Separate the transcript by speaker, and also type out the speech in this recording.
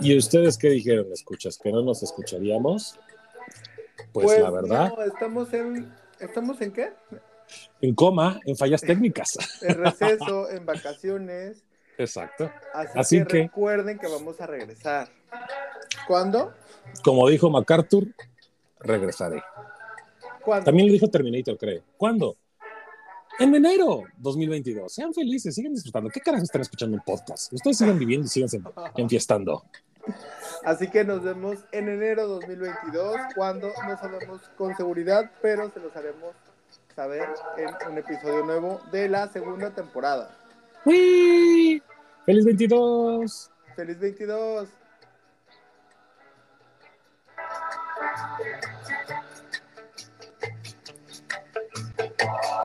Speaker 1: ¿Y ustedes qué dijeron, escuchas? ¿Que no nos escucharíamos? Pues, la verdad,
Speaker 2: no, estamos en. ¿Estamos en qué?
Speaker 1: en coma, en fallas técnicas.
Speaker 2: En receso, en vacaciones.
Speaker 1: Exacto.
Speaker 2: Así,
Speaker 1: Así
Speaker 2: que,
Speaker 1: que-
Speaker 2: recuerden que vamos a regresar. ¿Cuándo?
Speaker 1: Como dijo MacArthur, regresaré.
Speaker 2: ¿Cuándo?
Speaker 1: También lo dijo Terminator, creo. ¿Cuándo? En enero 2022. Sean felices, sigan disfrutando. ¿Qué carajo están escuchando en podcast? Ustedes sigan viviendo y sigan enfiestando.
Speaker 2: Así que nos vemos en enero 2022, cuando no sabemos con seguridad, pero se los haremos saber en un episodio nuevo de la segunda temporada.
Speaker 1: ¡Uy! ¡Feliz 22!
Speaker 2: ¡Feliz 22!